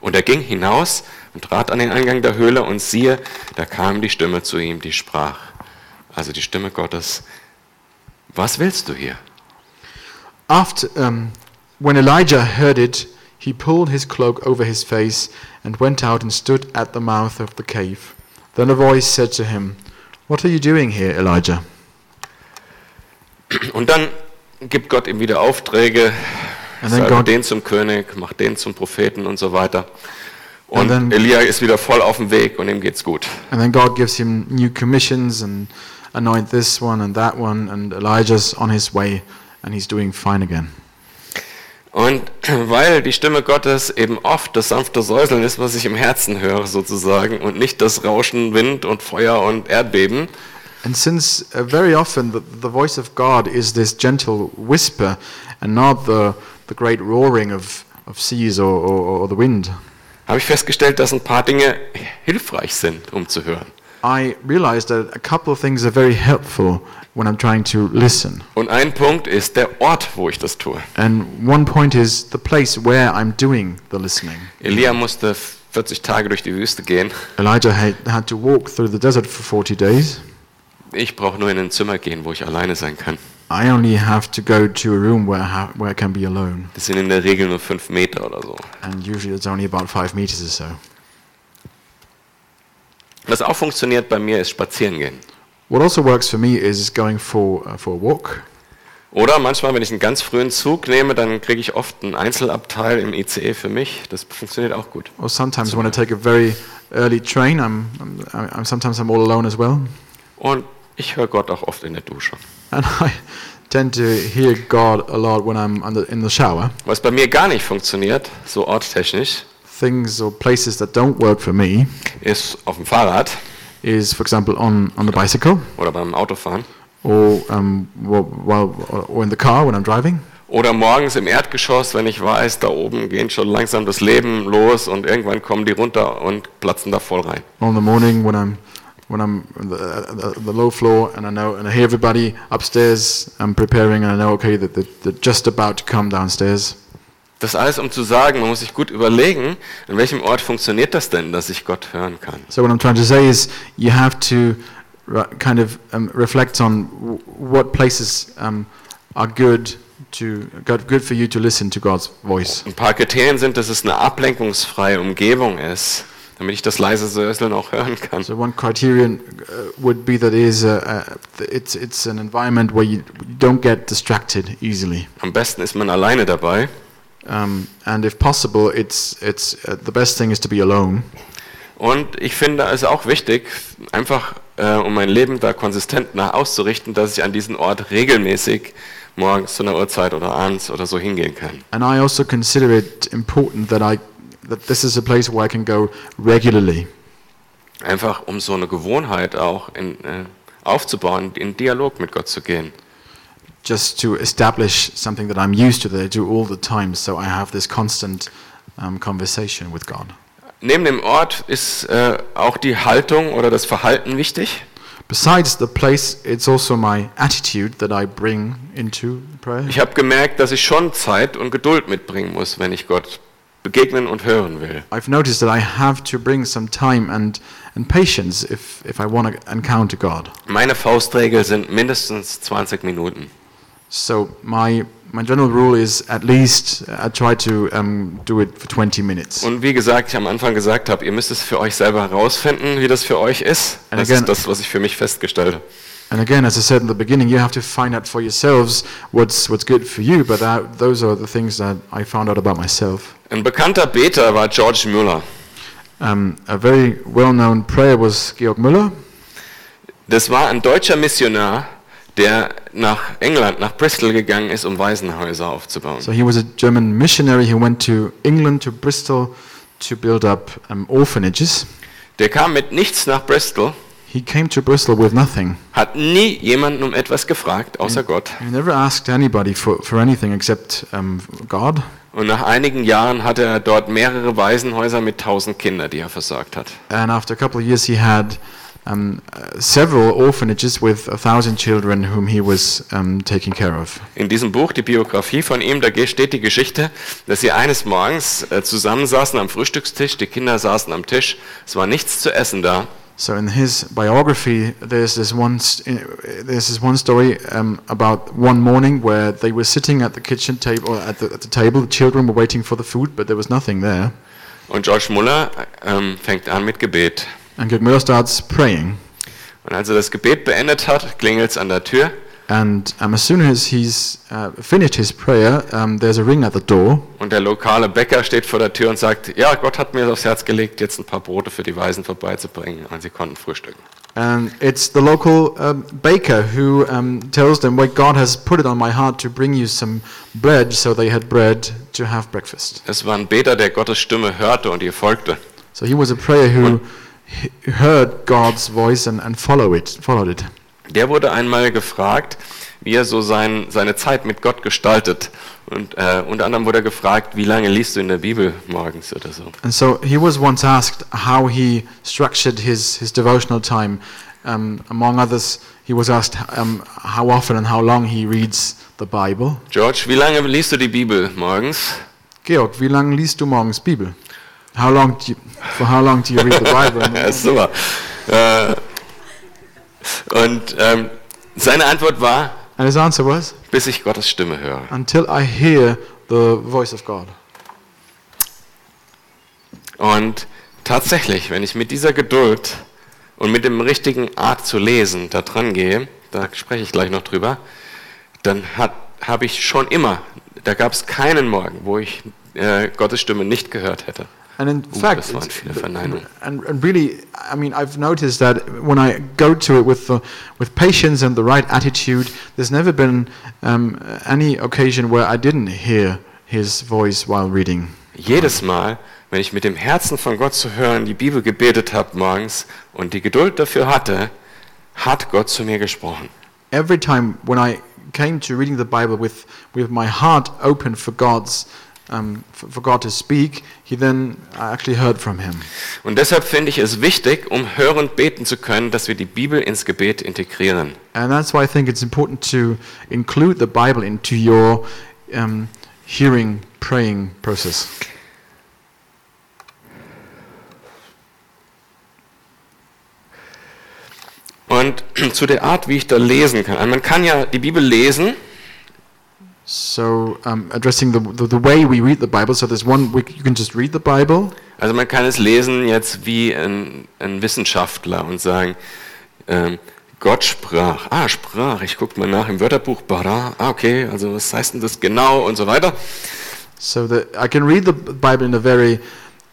und er ging hinaus und trat an den Eingang der Höhle und siehe, da kam die Stimme zu ihm, die sprach. Also die Stimme Gottes, was willst du hier? after, um, when Elijah heard it, he pulled his cloak over his face and went out and stood at the mouth of the cave. Then a voice said to him, What are you doing here, Elijah? Und dann gibt Gott ihm wieder Aufträge, And then Salbe God den zum König, mach den zum Propheten und so weiter. Und And then- Elia ist wieder voll auf dem Weg und ihm geht's gut. and then God gives him new commissions and anoint this one and that one and Elijah's on his way and he's doing fine again. Und weil die Stimme Gottes eben oft das sanfte Säuseln ist, was ich im Herzen höre sozusagen und nicht das Rauschen, Wind und Feuer und Erdbeben, And since uh, very often the, the voice of God is this gentle whisper and not the, the great roaring of, of seas or, or, or the wind, habe ich festgestellt, dass ein paar Dinge hilfreich sind, um zu hören. I realized that a couple of things are very helpful when I'm trying to listen. Und ein Punkt ist der Ort, wo ich das tue. And one point is the place where I'm doing the listening. Elia musste 40 Tage durch die Wüste gehen. Elijah had, had to walk through the desert for 40 days. Ich brauche nur in ein Zimmer gehen, wo ich alleine sein kann. I only have to go to a room where I, ha- where I can be alone, Das sind in der Regel nur fünf Meter oder so. and usually it's only about five meters or so. Was auch funktioniert bei mir ist spazieren gehen. What also works for me is going for uh, for a walk, Oder manchmal, wenn ich einen ganz frühen Zug nehme, dann kriege ich oft einen Einzelabteil im ICE für mich. Das funktioniert auch gut. or sometimes when I take a very early train, I'm, I'm, I'm sometimes I'm all alone as well, Und ich höre Gott auch oft in der Dusche. and I tend to hear God a lot when I'm under, in the shower. Was bei mir gar nicht funktioniert, so ortstechnisch, Things or places that don't work for me ist auf dem Fahrrad is, for example, on on the bicycle oder beim Autofahren. or um wh- while or in the car when I'm driving. Oder morgens im Erdgeschoss, wenn ich weiß, da oben gehen schon langsam das Leben los und irgendwann kommen die runter und platzen da voll rein. on the morning when I'm when I'm on the, uh, the, the low floor and I know and I hear everybody upstairs. I'm preparing and I know okay that they're, they're just about to come downstairs. Das alles, um zu sagen, man muss sich gut überlegen, an welchem Ort funktioniert das denn, dass ich Gott hören kann. So what I'm trying to say is you have to re- kind of um, reflect on w- what places um, are good to good good for you to listen to God's voice. Ein paar Kriterien sind, dass es eine ablenkungsfreie Umgebung ist, damit ich das leise Säuseln auch hören kann. So one criterion uh, would be that it is a, a, th- it's it's an environment where you you don't get distracted easily. Am besten ist man alleine dabei. Um, and if possible, it's it's uh, the best thing is to be alone. Und ich finde es auch wichtig, einfach äh, um mein Leben da konsistent nach auszurichten, dass ich an diesen Ort regelmäßig morgens zu einer Uhrzeit oder abends oder so hingehen kann. And I also consider it important that I that this is a place where I can go regularly, Einfach um so eine Gewohnheit auch in, äh, aufzubauen, in Dialog mit Gott zu gehen. just to establish something that I'm used to that I do all the time. So I have this constant um, conversation with God. Neben dem Ort ist äh, auch die Haltung oder das Verhalten wichtig. Besides the place, it's also my attitude that I bring into prayer. Ich habe gemerkt, dass ich schon Zeit und Geduld mitbringen muss, wenn ich Gott begegnen und hören will. I've noticed that I have to bring some time and, and patience if, if I want to encounter God. Meine Faustregel sind mindestens 20 Minuten. So my, my general rule is at least I try to um, do it for 20 minutes. Und wie gesagt, ich am Anfang gesagt habe, ihr müsst es für euch selber herausfinden, wie das für euch ist. And Das again- ist das, was ich für mich festgestellt habe. And again, as I said in the beginning, you have to find out for yourselves what's, what's good for you, but that, those are the things that I found out about myself. Ein bekannter Beter war George Müller. Um, a very well known prayer was Georg Müller. Das war ein deutscher Missionar, der nach England, nach Bristol gegangen ist, um Waisenhäuser aufzubauen. So he was a German missionary who went to England, to Bristol, to build up um, orphanages. Der kam mit nichts nach Bristol, He came to Bristol with nothing. hat nie jemanden um etwas gefragt, außer Gott. He never asked anybody for, for anything except um, God. Und nach einigen Jahren hatte er dort mehrere Waisenhäuser mit tausend Kindern, die er versorgt hat. And after a couple of years, he had um, uh, several orphanages with a thousand children whom he was um, taking care of. In diesem Buch, die Biografie von ihm, da steht die Geschichte, dass sie eines Morgens äh, zusammensaßen am Frühstückstisch, die Kinder saßen am Tisch, es war nichts zu essen da. So in his biography, there's this one, st- there's this one story um, about one morning where they were sitting at the kitchen table, or at the, at the table, the children were waiting for the food, but there was nothing there. Und George Muller ähm, fängt an mit Gebet. And Georg Müller starts praying. Und als er das Gebet beendet hat, klingelt es an der Tür And um, as soon as he's uh, finished his prayer, um, there's a ring at the door. und der lokale Bäcker steht vor der Tür und sagt, ja, Gott hat mir aufs Herz gelegt, jetzt ein paar Brote für die Waisen vorbeizubringen. Und sie konnten frühstücken. And Um, it's the local um, baker who um, tells them, Well, God has put it on my heart to bring you some bread. So they had bread to have breakfast. Es war ein Beter, der Gottes Stimme hörte und ihr folgte. So he was a prayer who he- heard God's voice and, and follow it, followed it. Der wurde einmal gefragt, wie er so sein, seine Zeit mit Gott gestaltet. Und äh, unter anderem wurde er gefragt, wie lange liest du in der Bibel morgens oder so. And so he was once asked how he structured his, his devotional time. Um, among others, he was asked um, how often and how long he reads the Bible. George, wie lange liest du die Bibel morgens? Georg, wie lange liest du morgens Bibel? How long do you, for how long do you read the Bible? in the Ja, ist super. Äh, und ähm, seine Antwort war, And his answer was, bis ich Gottes Stimme höre. until I hear the voice of God. Und tatsächlich, wenn ich mit dieser Geduld und mit dem richtigen Art zu lesen da dran gehe, da spreche ich gleich noch drüber, dann habe ich schon immer, da gab es keinen Morgen, wo ich äh, Gottes Stimme nicht gehört hätte. And in Uh, fact, das waren it's- viele Verneinungen. and, and really, I mean, I've noticed that when I go to it with the, with patience and the right attitude, there's never been um, any occasion where I didn't hear His voice while reading. Jedes Mal, wenn ich mit dem Herzen von Gott zu hören die Bibel gebetet habe morgens und die Geduld dafür hatte, hat Gott zu mir gesprochen. Every time when I came to reading the Bible with with my heart open for God's um, for, for God to speak, He then I actually heard from Him. Und deshalb finde ich es wichtig, um hörend beten zu können, dass wir die Bibel ins Gebet integrieren. And that's why I think it's important to include the Bible into your um, hearing praying process. Und zu der Art, wie ich da lesen kann. Also Man kann ja die Bibel lesen So, um, addressing the, the the way we read the Bible. So there's one we, you can just read the Bible, Also man kann es lesen jetzt wie ein, ein Wissenschaftler und sagen, ähm, Gott sprach, ah, sprach, ich gucke mal nach im Wörterbuch, bara, ah, okay, also was heißt denn das genau und so weiter. so that I can read the Bible in a very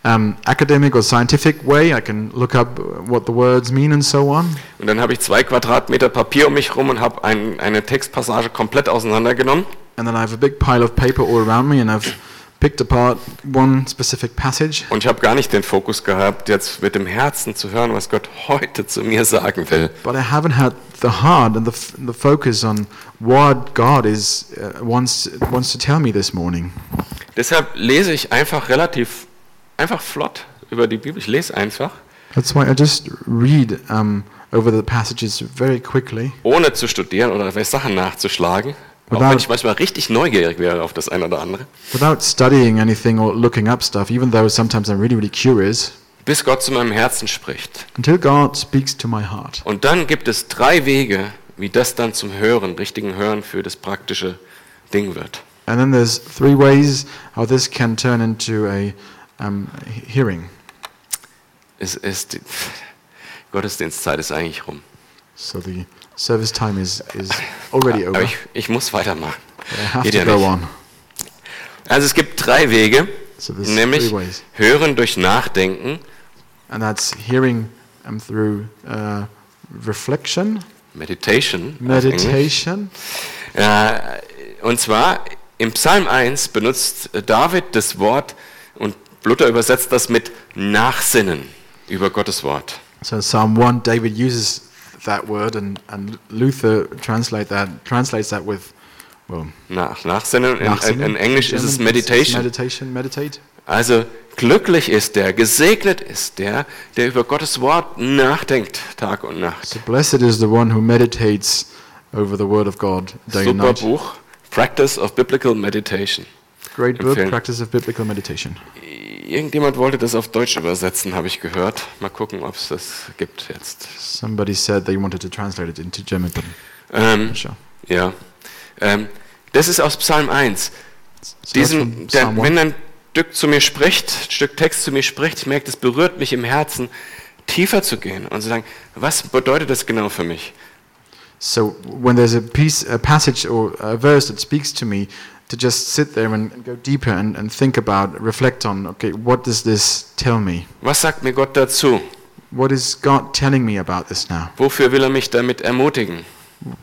um, academic or scientific way. I can look up what the words mean and so on. Und dann habe ich zwei Quadratmeter Papier um mich rum und habe ein, eine Textpassage komplett auseinandergenommen. And then I have a big pile of paper all around me, and I've picked apart one specific passage. Und ich habe gar nicht den Fokus gehabt, jetzt mit dem Herzen zu hören, was Gott heute zu mir sagen will. But I haven't had the heart and the, f- the focus on what God is uh, wants wants to tell me this morning. Deshalb lese ich einfach relativ, einfach flott über die Bibel. Ich lese einfach, That's why I just read um, over the passages very quickly ohne zu studieren oder Sachen nachzuschlagen. Auch Without- wenn ich manchmal richtig neugierig wäre auf das eine oder andere. without studying anything or looking up stuff. Even though sometimes I'm really really curious, Bis Gott zu meinem Herzen spricht. until God speaks to my heart. Und dann gibt es drei Wege, wie das dann zum Hören, richtigen Hören für das praktische Ding wird. And then there's three ways how this can turn into a um, he- hearing. Es ist, die Gottesdienstzeit ist eigentlich rum. So the service time is, is already Aber over. ich, ich muss weitermachen. I have Geht to ja go nicht. on. Also es gibt drei Wege, So there's nämlich three ways. Hören durch Nachdenken, And that's hearing um, through uh, reflection, Meditation, auf Englisch. meditation. Äh, und zwar im Psalm 1 benutzt äh, David das Wort und Luther übersetzt das mit Nachsinnen über Gottes Wort. So in Psalm 1, David uses that word, and, and Luther translate that, translates that with, well, Nach, Nachsinnen, in, in, in Englisch ist es German, Meditation. Meditation, meditate. Also glücklich ist der, gesegnet ist der, der über Gottes Wort nachdenkt, Tag und Nacht. So blessed is the one who meditates over the word of God day and Super night. Buch, Practice of Biblical Meditation. Great book, Empfehlen. Practice of Biblical Meditation. Irgendjemand wollte das auf Deutsch übersetzen, habe ich gehört. Mal gucken, ob es das gibt jetzt. Somebody said they wanted to translate it into German, but Ähm, not sure. ja. Ähm, das ist aus Psalm 1. So that's Diesen, from der, Psalm wenn 1. ein Stück zu mir spricht, ein Stück Text zu mir spricht, ich merke, das berührt mich im Herzen, tiefer zu gehen und zu sagen, was bedeutet das genau für mich? So when there's a piece, a passage or a verse that speaks to me, to just sit there and, and go deeper and, and think about, reflect on, okay, what does this tell me? Was sagt mir Gott dazu? What is God telling me about this now? Wofür will er mich damit ermutigen?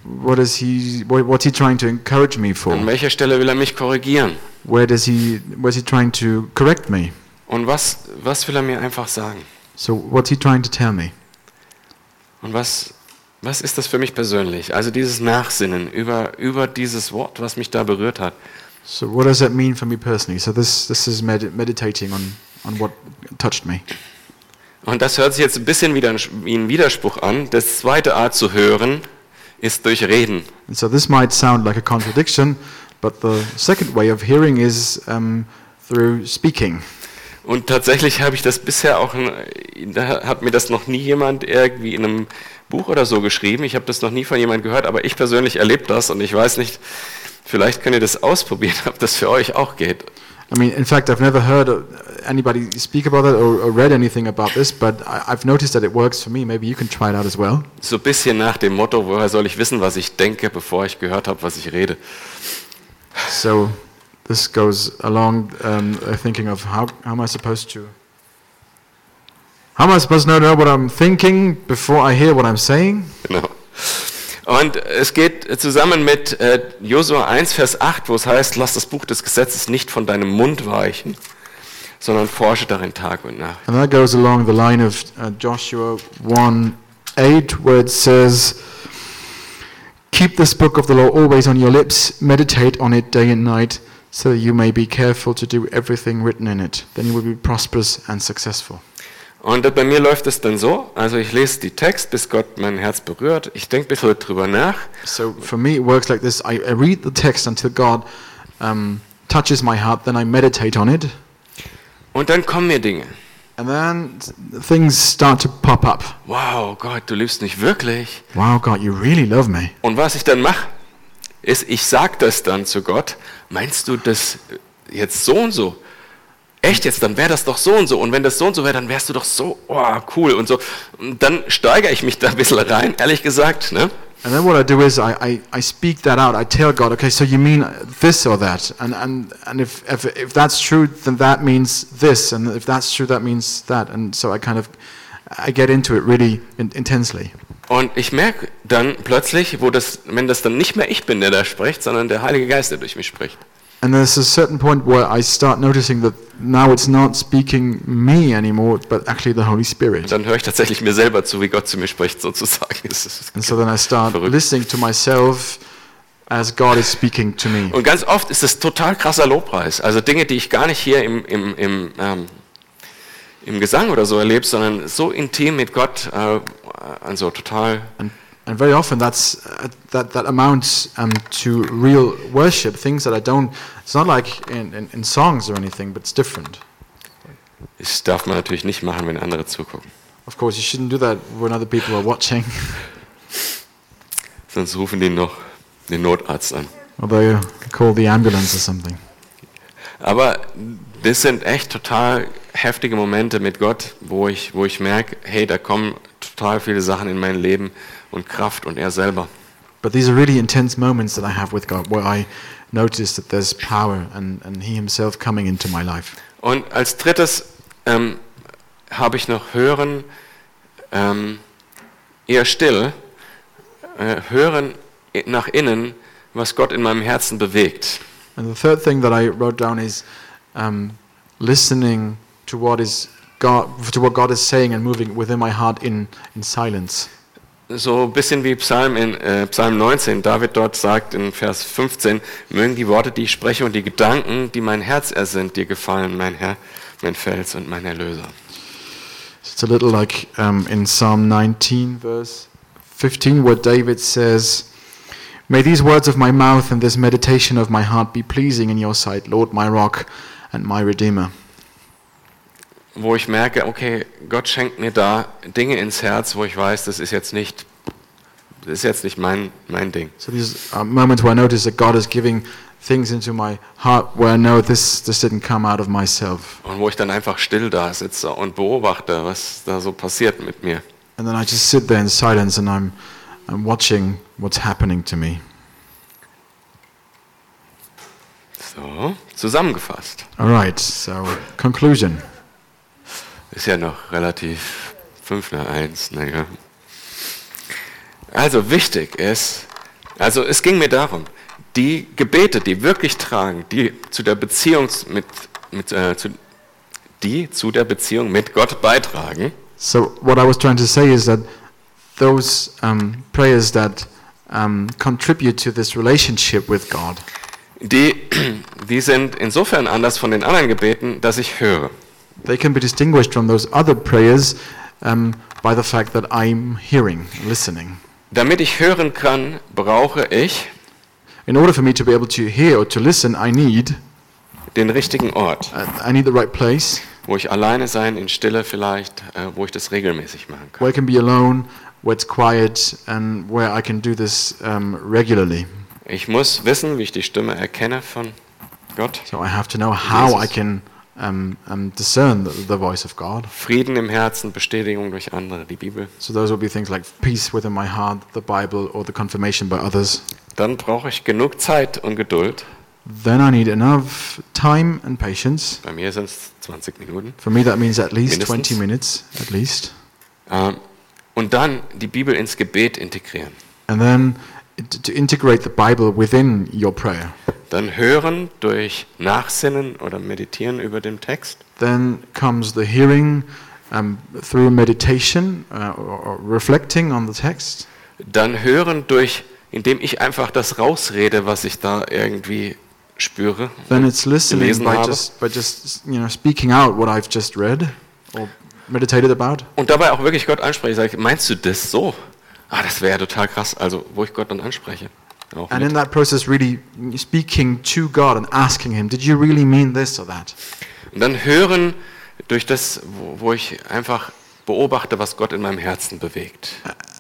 What is he, what, what's he trying to encourage me An for? welcher Stelle will er mich korrigieren? Where does he, where's he trying to correct me? Und was, was will er mir einfach sagen? So what's he trying to tell me? Und was, was ist das für mich persönlich? Also dieses Nachsinnen über, über dieses Wort, was mich da berührt hat. So what does that mean for me personally? So this this is med- meditating on on what touched me. Und das hört sich jetzt ein bisschen wieder, wie ein Widerspruch an. Das zweite Art zu hören ist durch Reden. And so this might sound like a contradiction, but the second way of hearing is um, through speaking. Und tatsächlich habe ich das bisher auch, äh, da hat mir das noch nie jemand irgendwie in einem Buch oder so geschrieben. Ich habe das noch nie von jemandem gehört, aber ich persönlich erlebe das und ich weiß nicht, vielleicht könnt ihr das ausprobieren, ob das für euch auch geht. I mean, in fact, I've never heard uh, anybody speak about that or, or read anything about this, but I, I've noticed that it works for me. Maybe you can try it out as well. So ein bisschen nach dem Motto, woher soll ich wissen, was ich denke, bevor ich gehört habe, was ich rede. So this goes along um, uh, thinking of how, how am I supposed to. How am I supposed to know what I'm thinking before I hear what I'm saying? Genau. Und es geht zusammen mit äh, Josua 1, Vers 8, wo es heißt, lass das Buch des Gesetzes nicht von deinem Mund weichen, sondern forsche darin Tag und Nacht. And that goes along the line of uh, Joshua 1 8, where it says, Keep this book of the law always on your lips, meditate on it day and night, so that you may be careful to do everything written in it. Then you will be prosperous and successful. Und bei mir läuft es dann so, also ich lese die Text, bis Gott mein Herz berührt, ich denke ein bisschen drüber nach So for me, it works like this I, I read the text until God um, touches my heart, then I meditate on it, und dann kommen mir Dinge. and then s- things start to pop up. Wow, Gott, du liebst mich wirklich. Wow, God, you really love me. Und was ich dann mache, ist, ich sage das dann zu Gott, meinst du das jetzt so und so? Echt jetzt, dann wäre das doch so und so. Und wenn das so und so wäre, dann wärst du doch so, oh, cool und so. Und dann steigere ich mich da ein bisschen rein, ehrlich gesagt. Ne? And then what I do is I, I, I speak that out. I tell God, okay, so you mean this or that? And, and, and if, if, if that's true, then that means this. And if that's true, that means that. And so I kind of I get into it really in, intensely. Und ich merke dann plötzlich, wo das, wenn das dann nicht mehr ich bin, der da spricht, sondern der Heilige Geist, der durch mich spricht. And there's a certain point where I start noticing that now it's not speaking me anymore, but actually the Holy Spirit. Und dann höre ich tatsächlich mir selber zu, wie Gott zu mir spricht, sozusagen. Es ist- And so then I start Verrückt. listening to myself as God is speaking to me. Und ganz oft ist es total krasser Lobpreis. Also Dinge, die ich gar nicht hier im, im, im, ähm, im Gesang oder so erlebe, sondern so intim mit Gott, äh, also total And, and very often that's uh, that that amounts um, to real worship, things that I don't. It's not like in, in, in songs or anything, but it's different. Das darf man natürlich nicht machen, wenn andere zugucken. Of course, you shouldn't do that when other people are watching. Sonst rufen die noch den Notarzt an. Although you call the ambulance or something. Aber das sind echt total heftige Momente mit Gott, wo ich, wo ich merke, hey, da kommen total viele Sachen in mein Leben und Kraft und er selber. But these are really intense moments that I have with God, where I notice that there's power and, and He Himself coming into my life. Und als drittes ähm, habe ich noch Hören, ähm, eher still, äh, Hören nach innen, was Gott in meinem Herzen bewegt. And the third thing that I wrote down is um, listening to what is God, to what God is saying and moving within my heart in, in silence. So ein bisschen wie Psalm, in, äh, Psalm 19, David dort sagt in Vers 15, mögen die Worte, die ich spreche und die Gedanken, die mein Herz ersinnt, dir gefallen, mein Herr, mein Fels und mein Erlöser. It's a little like um, in Psalm 19, verse 15, where David says, May these words of my mouth and this meditation of my heart be pleasing in your sight, Lord, my rock and my redeemer. Wo ich merke, okay, Gott schenkt mir da Dinge ins Herz, wo ich weiß, das ist jetzt nicht, das ist jetzt nicht mein, mein Ding. So these are moments where I notice that God is giving things into my heart where I know this, this didn't come out of myself. Und wo ich dann einfach still da sitze und beobachte, was da so passiert mit mir. And then I just sit there in silence and I'm, I'm watching what's happening to me. So, zusammengefasst. All right, so conclusion. Ist ja noch relativ 5 nach 1, naja. Also wichtig ist, also es ging mir darum, die Gebete, die wirklich tragen, die zu der Beziehung mit, mit äh, zu, die zu der Beziehung mit Gott beitragen, So what I was trying to say is that those um, prayers that um, contribute to this relationship with God, die, die sind insofern anders von den anderen Gebeten, dass ich höre. they can be distinguished from those other prayers um, by the fact that I'm hearing, listening. Damit ich hören kann, brauche ich In order for me to be able to hear or to listen, I need den richtigen Ort, uh, I need the right place wo ich alleine sein, in Stille vielleicht, äh, wo ich das regelmäßig machen kann. where I can be alone, where it's quiet, and where I can do this um, regularly. Ich muss wissen, wie ich die Stimme erkenne von Gott. So I have to know how Jesus. I can um, um, discern the, the voice of God. Frieden im Herzen, Bestätigung durch andere, die Bibel. So those will be things like peace within my heart, the Bible, or the confirmation by others. Dann brauche ich genug Zeit und Geduld. Then I need enough time and patience. Bei mir sind es 20 Minuten. For me, that means at least Mindestens. 20 minutes, at least. Ähm, Und dann die Bibel ins Gebet integrieren. And then it- to integrate the Bible within your prayer. Dann hören durch Nachsinnen oder Meditieren über den Text. Then comes the hearing um, through meditation uh, or, or reflecting on the text. Dann hören durch, indem ich einfach das rausrede, was ich da irgendwie spüre. Then it's listening Gelesen by habe. just by just you know speaking out what I've just read or meditated about. Und dabei auch wirklich Gott anspreche. Ich sage, meinst du das so? Ah, das wäre ja total krass. Also, wo ich Gott dann anspreche. Auch And mit. in that process, really speaking to God and asking Him, did you really mean this or that? Und dann hören durch das, wo, wo ich einfach beobachte, was Gott in meinem Herzen bewegt.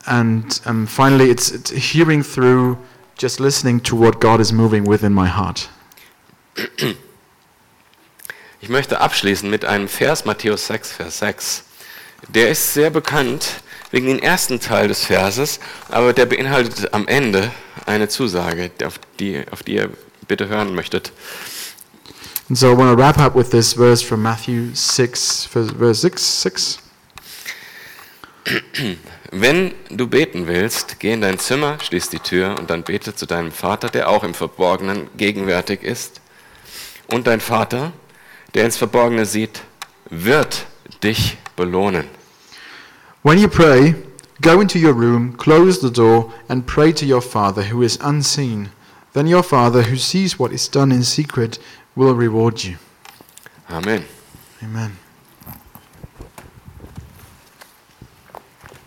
And um, finally, it's, it's hearing through just listening to what God is moving within my heart. Ich möchte abschließen mit einem Vers, Matthäus 6, Vers 6. Der ist sehr bekannt, wegen dem ersten Teil des Verses, aber der beinhaltet am Ende eine Zusage, auf die, auf die ihr bitte hören möchtet. And so I want to wrap up with this verse from Matthew 6, vers- verse 6, 6. Wenn du beten willst, geh in dein Zimmer, schließ die Tür und dann bete zu deinem Vater, der auch im Verborgenen gegenwärtig ist. Und dein Vater, der ins Verborgene sieht, wird dich belohnen. When you pray, go into your room, close the door, and pray to your Father who is unseen. Then your Father who sees what is done in secret will reward you. Amen. Amen.